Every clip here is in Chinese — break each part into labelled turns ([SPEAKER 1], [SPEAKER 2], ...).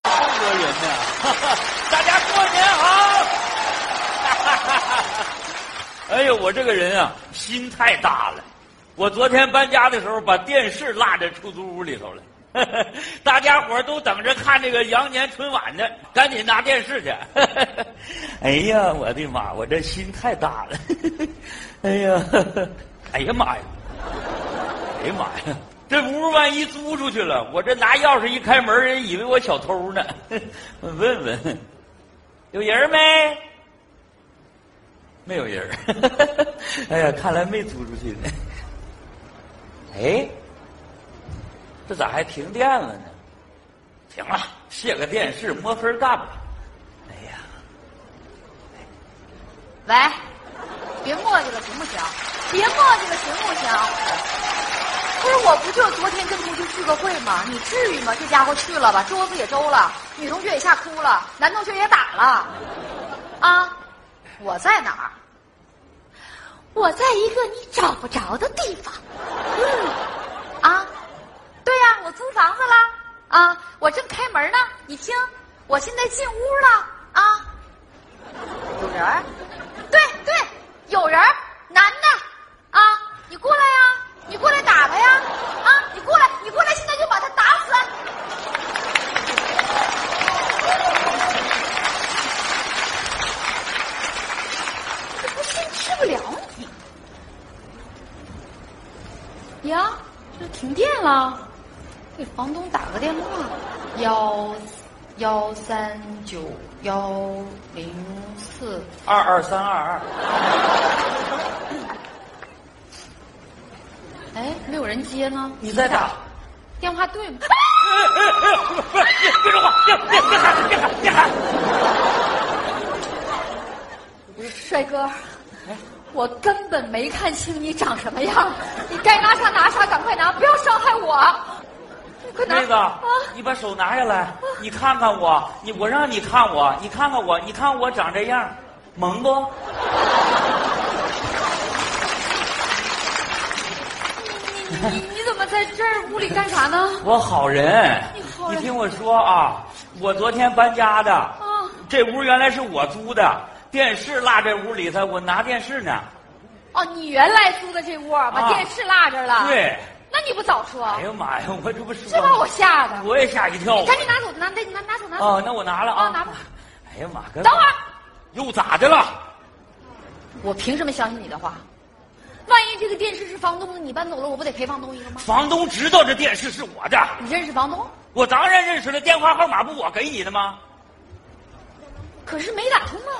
[SPEAKER 1] 呢？ 大家过年好！ 哎呦，我这个人啊，心太大了。我昨天搬家的时候，把电视落在出租屋里头了。 大家伙儿都等着看这个羊年春晚呢，赶紧拿电视去。 哎呀，我的妈！我这心太大了。 哎呀，哎呀妈呀！哎呀妈呀！这屋万一租出去了，我这拿钥匙一开门，人以为我小偷呢。 我问问，有人没？没有人。 哎呀，看来没租出去呢。哎，这咋还停电了呢？停了，卸个电视，摸分干吧。哎呀，
[SPEAKER 2] 喂，别磨叽了，行不行？别磨叽了，行不行？不是，我不就昨天跟同学聚个会吗？你至于吗？这家伙去了吧，桌子也周了，女同学也吓哭了，男同学也打了，啊，我在哪儿？我在一个你找不着的地方。嗯，啊，对呀、我租房子啦，啊，我正开门呢，你听，我现在进屋了，啊。有人儿？对对，有人儿，男的啊！你过来呀、你过来打他呀！啊，你过来，你过来，现在就把他打死！这不信吃不了你。呀，这停电了，给房东打个电话。幺幺三九幺零四。
[SPEAKER 1] 二二三二二，
[SPEAKER 2] 哎，没有人接呢，
[SPEAKER 1] 你在打？
[SPEAKER 2] 电话对吗？
[SPEAKER 1] 哎哎哎！不不，别别说话，别别别喊，别喊，别喊！
[SPEAKER 2] 帅哥，哎我根本没看清你长什么样，你该拿啥拿啥，赶快拿，不要伤害我。你快拿！
[SPEAKER 1] 妹子
[SPEAKER 2] 啊，
[SPEAKER 1] 你把手拿下来，你看看我，你我让你看我，你看看我，你看我长这样，萌不？
[SPEAKER 2] 你你你怎么在这儿屋里干啥呢？
[SPEAKER 1] 我好人
[SPEAKER 2] 哎你好，
[SPEAKER 1] 你
[SPEAKER 2] 人
[SPEAKER 1] 听我说啊，我昨天搬家的，
[SPEAKER 2] 啊，
[SPEAKER 1] 这屋原来是我租的，电视落这屋里头，我拿电视呢。
[SPEAKER 2] 哦，你原来租的这屋，把
[SPEAKER 1] 啊
[SPEAKER 2] 电视落这儿了。，
[SPEAKER 1] 对，
[SPEAKER 2] 那你不早说，
[SPEAKER 1] 哎呀妈呀，我这不说
[SPEAKER 2] 啊这把我吓的。
[SPEAKER 1] 我也吓一跳。
[SPEAKER 2] 你赶紧拿走，拿拿拿拿走，拿走。
[SPEAKER 1] 啊，那我拿了啊，
[SPEAKER 2] 啊拿吧。
[SPEAKER 1] 哎呀妈，跟
[SPEAKER 2] 等会儿，
[SPEAKER 1] 又咋的了？
[SPEAKER 2] 我凭什么相信你的话？万一这个电视是房东的，你搬走了，我不得赔房东一个吗？
[SPEAKER 1] 房东知道这电视是我的，
[SPEAKER 2] 你认识房东？
[SPEAKER 1] 我当然认识了，电话号码不我给你的吗？
[SPEAKER 2] 可是没打通啊。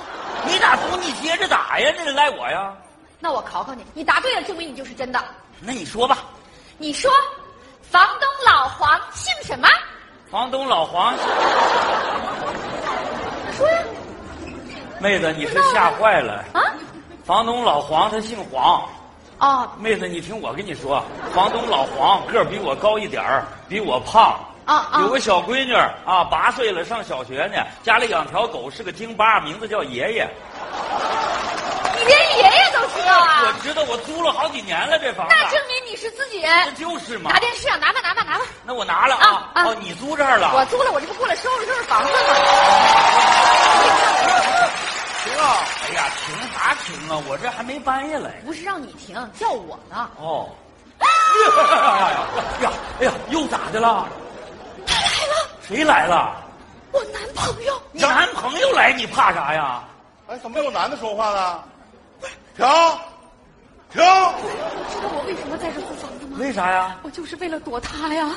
[SPEAKER 1] 你打通你接着打呀，那得赖我呀。
[SPEAKER 2] 那我考考你，你答对了，证明你就是真的。
[SPEAKER 1] 那你说吧，
[SPEAKER 2] 你说，房东老黄姓什么？
[SPEAKER 1] 房东老黄，
[SPEAKER 2] 说呀，
[SPEAKER 1] 妹子你是吓坏了。
[SPEAKER 2] 啊？
[SPEAKER 1] 房东老黄他姓黄，
[SPEAKER 2] 哦
[SPEAKER 1] 妹子你听我跟你说，房东老黄个儿比我高一点儿，比我胖。
[SPEAKER 2] 啊啊！
[SPEAKER 1] 有个小闺女儿啊，八岁了，上小学呢。家里养条狗，是个京巴，名字叫爷爷。
[SPEAKER 2] 你连爷爷都知道
[SPEAKER 1] 我
[SPEAKER 2] 啊？
[SPEAKER 1] 知道，我租了好几年了这房子。
[SPEAKER 2] 那证明你是自己人。
[SPEAKER 1] 那就是嘛
[SPEAKER 2] 拿。电视啊，拿吧拿吧拿吧！
[SPEAKER 1] 那我拿了啊
[SPEAKER 2] 啊。啊
[SPEAKER 1] 哦，你租这儿了。
[SPEAKER 2] 我租了，我这不过来收拾收拾房子吗？
[SPEAKER 1] 停啊！哎呀，停啥停啊？我这还没搬下来。
[SPEAKER 2] 不是让你停，叫我呢。
[SPEAKER 1] 哦。 哎呀哎呀，又咋的了？
[SPEAKER 2] 他来了，
[SPEAKER 1] 谁来了？
[SPEAKER 2] 我男朋友。
[SPEAKER 1] 你男朋友来，你怕啥呀？
[SPEAKER 3] 哎，怎么有男的说话呢？停！停！
[SPEAKER 2] 知道我为什么在这租房子吗？
[SPEAKER 1] 为啥呀？
[SPEAKER 2] 我就是为了躲他呀。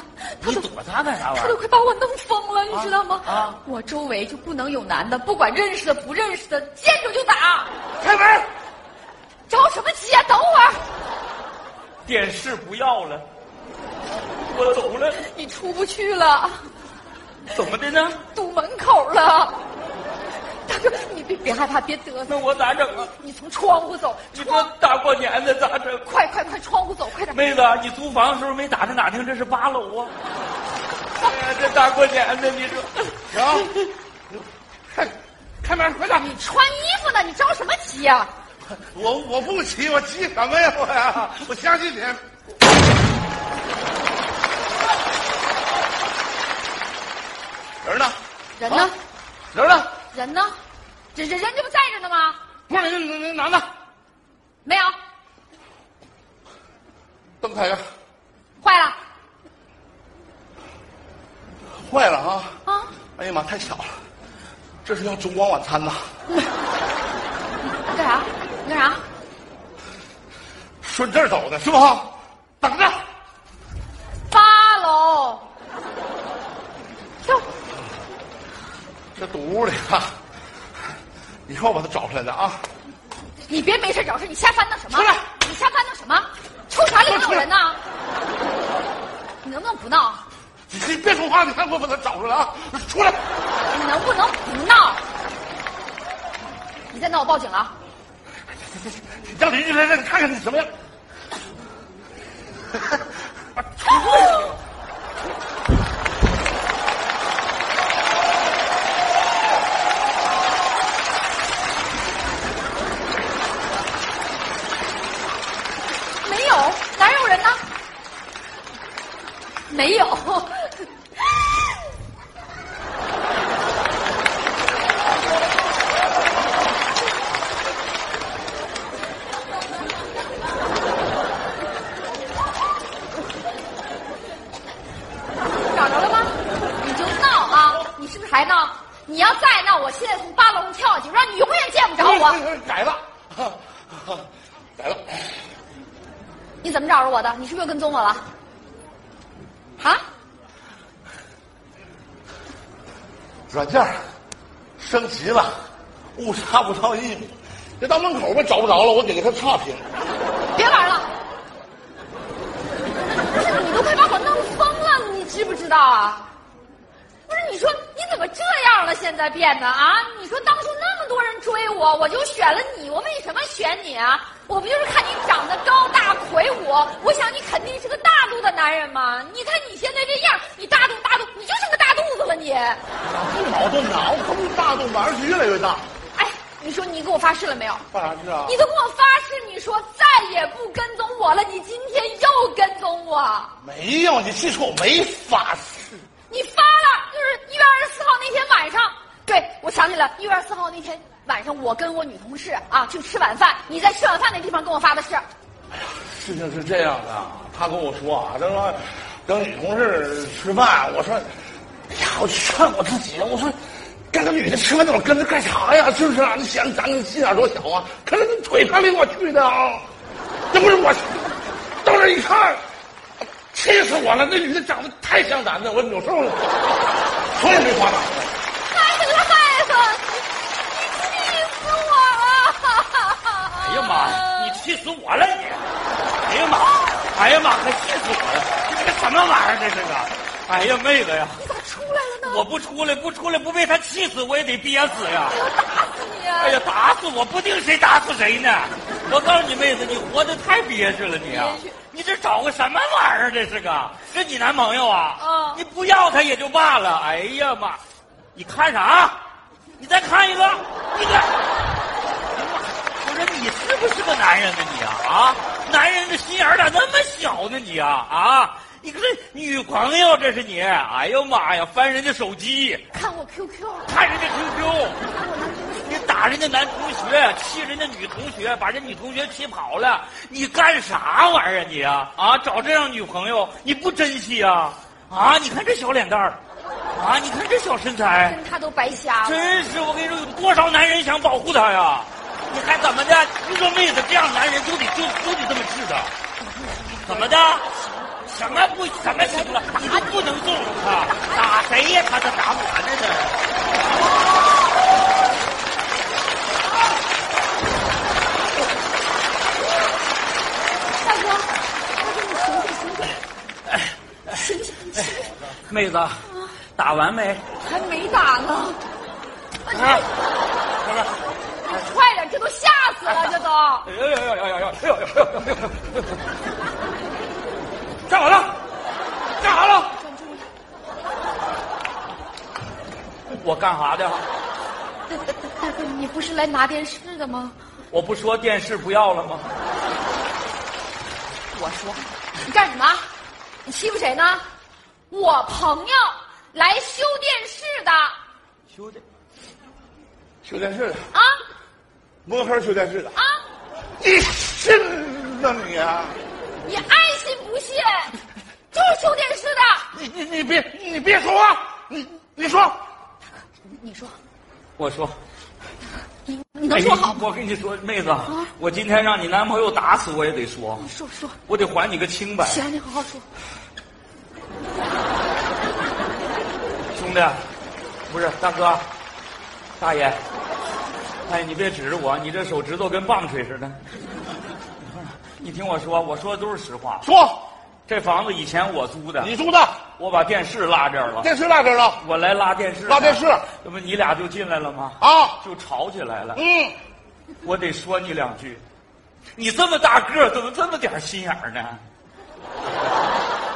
[SPEAKER 2] 他
[SPEAKER 1] 你
[SPEAKER 2] 都
[SPEAKER 1] 躲他干啥玩意
[SPEAKER 2] 他都
[SPEAKER 1] 儿？
[SPEAKER 2] 快把我弄疯了，你知道吗？
[SPEAKER 1] 啊
[SPEAKER 2] 我周围就不能有男的，不管认识的不认识的，见着就打，
[SPEAKER 1] 开门！
[SPEAKER 2] 着什么急啊？等会儿
[SPEAKER 1] 电视不要了，我走了，
[SPEAKER 2] 你出不去了，
[SPEAKER 1] 怎么的呢？
[SPEAKER 2] 堵门口了。 大哥，你别别害怕，别嘚瑟，
[SPEAKER 1] 那我咋整啊？
[SPEAKER 2] 你从窗户走，
[SPEAKER 1] 你说大过年的咋整？
[SPEAKER 2] 快快快，窗户走，快点。
[SPEAKER 1] 妹子，你租房的时候没打听打听，这是八楼啊！哎呀，这大过年的，你说哎
[SPEAKER 3] 停！开开门，快点！
[SPEAKER 2] 你穿衣服呢，你着什么急啊？
[SPEAKER 3] 我我不急，我急什么呀？我呀，我相信你。人呢？
[SPEAKER 2] 人呢？
[SPEAKER 3] 啊
[SPEAKER 2] 人
[SPEAKER 3] 人呢？
[SPEAKER 2] 呢？人人人这不在这呢吗？
[SPEAKER 3] 不是那那男的，
[SPEAKER 2] 没有，
[SPEAKER 3] 灯开开，
[SPEAKER 2] 坏了
[SPEAKER 3] 坏了啊！
[SPEAKER 2] 啊！
[SPEAKER 3] 哎呀妈，太巧了，这是要烛光晚餐呐！
[SPEAKER 2] 你干啥？你干啥？
[SPEAKER 3] 顺这儿走的是吧？等着，
[SPEAKER 2] 八楼。哟，
[SPEAKER 3] 这堵屋里啊，以后把他找出来的啊！
[SPEAKER 2] 你别没事找事，你瞎翻腾什么
[SPEAKER 3] 出来？
[SPEAKER 2] 你瞎翻腾什么？臭船里哪有人呢？你能不能不闹？
[SPEAKER 3] 你你别说话，你看我把他找出来啊！出来，
[SPEAKER 2] 你能不能不闹？你再闹我报警了啊！
[SPEAKER 3] 你叫邻居来，让你看看你什么样。
[SPEAKER 2] 没有，哪有人呢？没有。找着了吗？你就闹啊！你是不是还闹？你要再闹，我现在从八楼上跳下去，让你永远见不着我。
[SPEAKER 3] 哎改了，改了，
[SPEAKER 2] 你怎么找着我的？你是不是又跟踪我了？啊？
[SPEAKER 3] 软件儿升级了，误差不到一米，这到门口吧找不着了，我得给他差评。
[SPEAKER 2] 别玩了！不是你都快把我弄疯了，你知不知道啊？不是你说你怎么这样了？现在变得啊？你说当初那么多人追我，我就选了你，我为什么选你啊？我不就是看你长得高大魁梧，我想你肯定是个大度的男人嘛？你看你现在这样，你大度大度，你就是个大肚子了你！
[SPEAKER 3] 这矛盾哪？我可不是大肚子，而且越来越大。
[SPEAKER 2] 哎，你说你给我发誓了没有？
[SPEAKER 3] 干啥去啊？
[SPEAKER 2] 你都跟我发誓，你说再也不跟踪我了，你今天又跟踪我。
[SPEAKER 3] 没有，你记住，我没法事。
[SPEAKER 2] 你发了，就是一月二十四号那天晚上。对，我想起来，一月二十四号那天晚上，我跟我女同事啊去吃晚饭，你在吃晚饭那地方跟我发的誓。
[SPEAKER 3] 事情是这样的，他跟我说啊，他说跟女同事吃饭，我说，哎呀，我劝我自己，我说跟个女的吃饭，我跟着干啥呀？是不是啊？你想咱心眼多小啊？可是你腿他领我去的啊，这不是我，到那一看，气死我了！那女的长得太像咱的，我扭瘦了，头也没发打。
[SPEAKER 2] 哎呀，害了，你气死
[SPEAKER 1] 哎
[SPEAKER 2] 我了！
[SPEAKER 1] 呀妈呀，你气死我了你！哎呀妈，哎呀妈，可气死我了！这个什么玩意儿这是个？哎呀妹子呀，
[SPEAKER 2] 你咋出来了呢？
[SPEAKER 1] 我不出来，不出来，不被他气死，我也得憋死呀！
[SPEAKER 2] 我打死你！啊
[SPEAKER 1] 哎呀，打死我不定谁打死谁呢！我告诉你妹子，你活得太憋屈了你啊
[SPEAKER 2] 憋屈！
[SPEAKER 1] 你这找个什么玩意儿？啊这是个是你男朋友啊？
[SPEAKER 2] 嗯
[SPEAKER 1] 你不要他也就罢了，哎呀妈，你看啥？你再看一个，一个。我说你是不是个男人呢你啊啊？男人的心眼儿咋那么小呢你啊啊？你这女朋友这是你？哎呦妈呀，翻人家手机，
[SPEAKER 2] 看我 QQ，
[SPEAKER 1] 看人家 QQ。
[SPEAKER 2] 看我男同事，
[SPEAKER 1] 你打人家男同学，气人家女同学，把这女同学气跑了，你干啥玩意儿啊你啊啊！找这样女朋友，你不珍惜啊啊！你看这小脸蛋儿，啊，你看这小身材，
[SPEAKER 2] 跟他都白瞎了。
[SPEAKER 1] 真是我跟你说，有多少男人想保护她呀？你还怎么的？一个妹子这样男人都得就都得这么治的，怎么的？什么不什么行了？你就不能纵容她？打谁呀？她这打我呢这。
[SPEAKER 2] 大哥，大哥，你醒醒醒醒，醒醒醒！
[SPEAKER 1] 妹子，打完没？
[SPEAKER 2] 还没打呢。
[SPEAKER 1] 啊，不是。
[SPEAKER 2] 快点，这都吓死了，这都。
[SPEAKER 1] 哎呦呦呦呦呦呦呦呦呦！站好了，干啥了？我干啥的？
[SPEAKER 2] 大哥，你不是来拿电视的吗？
[SPEAKER 1] 我不说电视不要了吗？
[SPEAKER 2] 我说，你干什么？你欺负谁呢？我朋友来修电视的，
[SPEAKER 1] 修的。
[SPEAKER 3] 修电视的，
[SPEAKER 2] 啊
[SPEAKER 3] 摸黑修电视的，
[SPEAKER 2] 啊！
[SPEAKER 3] 你信吗你啊？
[SPEAKER 2] 你爱信不信，就是修电视的。
[SPEAKER 3] 你你你别你别说啊！你你说，
[SPEAKER 2] 你说，
[SPEAKER 1] 我说，
[SPEAKER 2] 你你能说好吗？
[SPEAKER 1] 哎我跟你说，妹子，我今天让你男朋友打死我也得说，
[SPEAKER 2] 说说，
[SPEAKER 1] 我得还你个清白，
[SPEAKER 2] 行，你好好说。
[SPEAKER 1] 兄弟，不是大哥，大爷，哎，你别指着我，你这手指头跟棒槌似的。你听我说，我说的都是实话。
[SPEAKER 3] 说
[SPEAKER 1] 这房子以前我租的，
[SPEAKER 3] 你租的
[SPEAKER 1] 我把电视拉这儿了，
[SPEAKER 3] 电视落这儿了
[SPEAKER 1] 我来拉电视，
[SPEAKER 3] 拉电视，
[SPEAKER 1] 这不你俩就进来了吗？
[SPEAKER 3] 啊？
[SPEAKER 1] 就吵起来了。
[SPEAKER 3] 嗯，
[SPEAKER 1] 我得说你两句，你这么大个儿，怎么这么点心眼儿呢？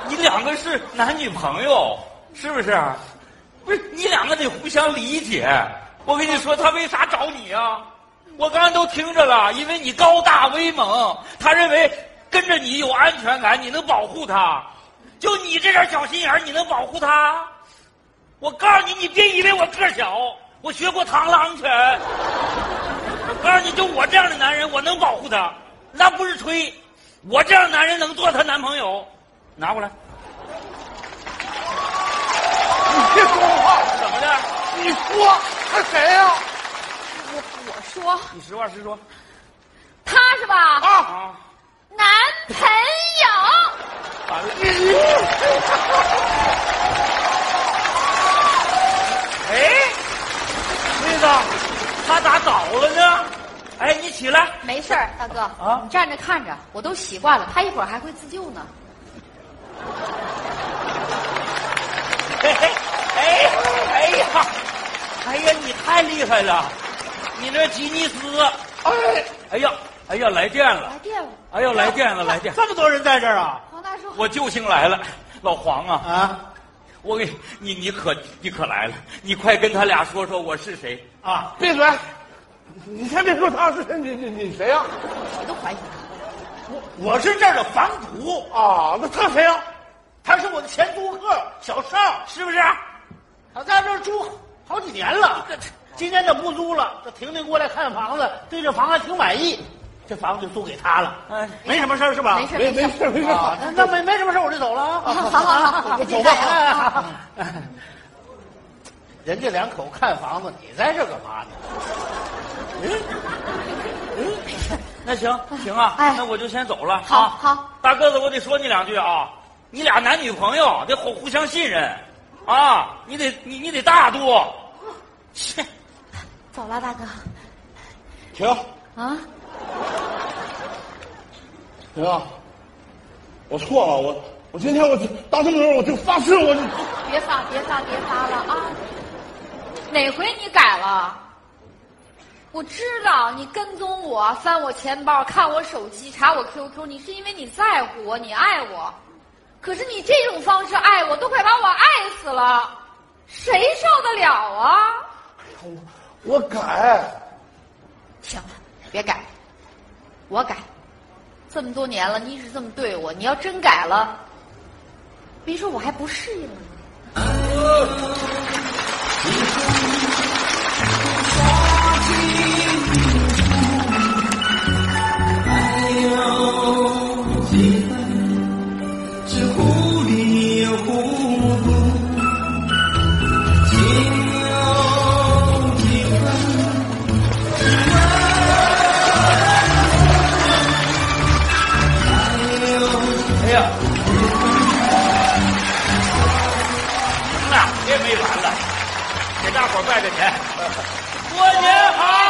[SPEAKER 1] 你两个是男女朋友，是不是？啊不是，你两个得互相理解。我跟你说，他为啥找你啊？我刚才都听着了，因为你高大威猛，他认为跟着你有安全感，你能保护他。就你这点小心眼儿，你能保护他？我告诉你，你别以为我个儿小，我学过螳螂拳。我告诉你，就我这样的男人，我能保护她，那不是吹。我这样的男人能做她男朋友，拿过来。
[SPEAKER 3] 你别说话，
[SPEAKER 1] 怎么的？
[SPEAKER 3] 你说他谁呀、
[SPEAKER 2] 我我说
[SPEAKER 1] 你实话实说
[SPEAKER 2] 他是吧？
[SPEAKER 3] 啊？
[SPEAKER 1] 啊！
[SPEAKER 2] 男朋友。
[SPEAKER 1] 完了，哎，妹子，他咋倒了呢？哎，你起来。
[SPEAKER 2] 没事儿，大哥
[SPEAKER 1] 啊
[SPEAKER 2] 你站着看着，我都习惯了。他一会儿还会自救呢。
[SPEAKER 1] 嘿嘿哎，哎呀，哎呀，你太厉害了！你那吉尼斯，
[SPEAKER 3] 哎，
[SPEAKER 1] 哎呀，哎呀，来电了！
[SPEAKER 2] 来电了，
[SPEAKER 1] 哎呀，来电了，来电！
[SPEAKER 4] 这么多人在这儿啊？
[SPEAKER 2] 黄大叔，
[SPEAKER 1] 我救星来了，老黄啊！
[SPEAKER 4] 啊
[SPEAKER 1] 我给你，你可你可来了，你快跟他俩说说我是谁。
[SPEAKER 4] 啊！
[SPEAKER 3] 闭嘴！你先别说他是谁，你你你谁呀、
[SPEAKER 2] 我都怀疑他。
[SPEAKER 4] 我我是这儿的房主，
[SPEAKER 3] 啊？那他谁呀、
[SPEAKER 4] 他是我的前租客小邵，是不是？他在这儿住好几年了，今年他不租了。这婷婷过来看房子，对这房还挺满意，这房子就租给他了。
[SPEAKER 1] 哎，
[SPEAKER 4] 没什么事儿是吧？
[SPEAKER 2] 没事
[SPEAKER 3] 没没事没事，
[SPEAKER 4] 啊，那那没没什么事儿，我就走了啊。
[SPEAKER 2] 好好好
[SPEAKER 4] 我走吧。人家两口看房子，你在这儿干嘛呢？
[SPEAKER 1] 那行行啊，
[SPEAKER 2] 哎
[SPEAKER 1] 那我就先走了。
[SPEAKER 2] 好
[SPEAKER 1] 啊
[SPEAKER 2] 好，
[SPEAKER 1] 大个子，我得说你两句啊，你俩男女朋友得互互相信任啊，你得你你得大度。切，哎
[SPEAKER 2] 走了，大哥。
[SPEAKER 3] 停
[SPEAKER 2] 啊，
[SPEAKER 3] 停啊！我错了，我我今天我就当这么多，我就发誓我就
[SPEAKER 2] 别发别发别发了啊！哪回你改了？我知道你跟踪我，翻我钱包，看我手机，查我 QQ，你是因为你在乎我，你爱我。可是你这种方式爱我，都快把我爱死了，谁受得了啊？
[SPEAKER 3] 我改。
[SPEAKER 2] 行了，别改，我改。这么多年了，你一直这么对我，你要真改了，别说我还不适应呢。
[SPEAKER 5] 是糊里糊涂，仅有几分。
[SPEAKER 1] 哎呀， 行了，这没完了，给大伙儿拜个年，过年好。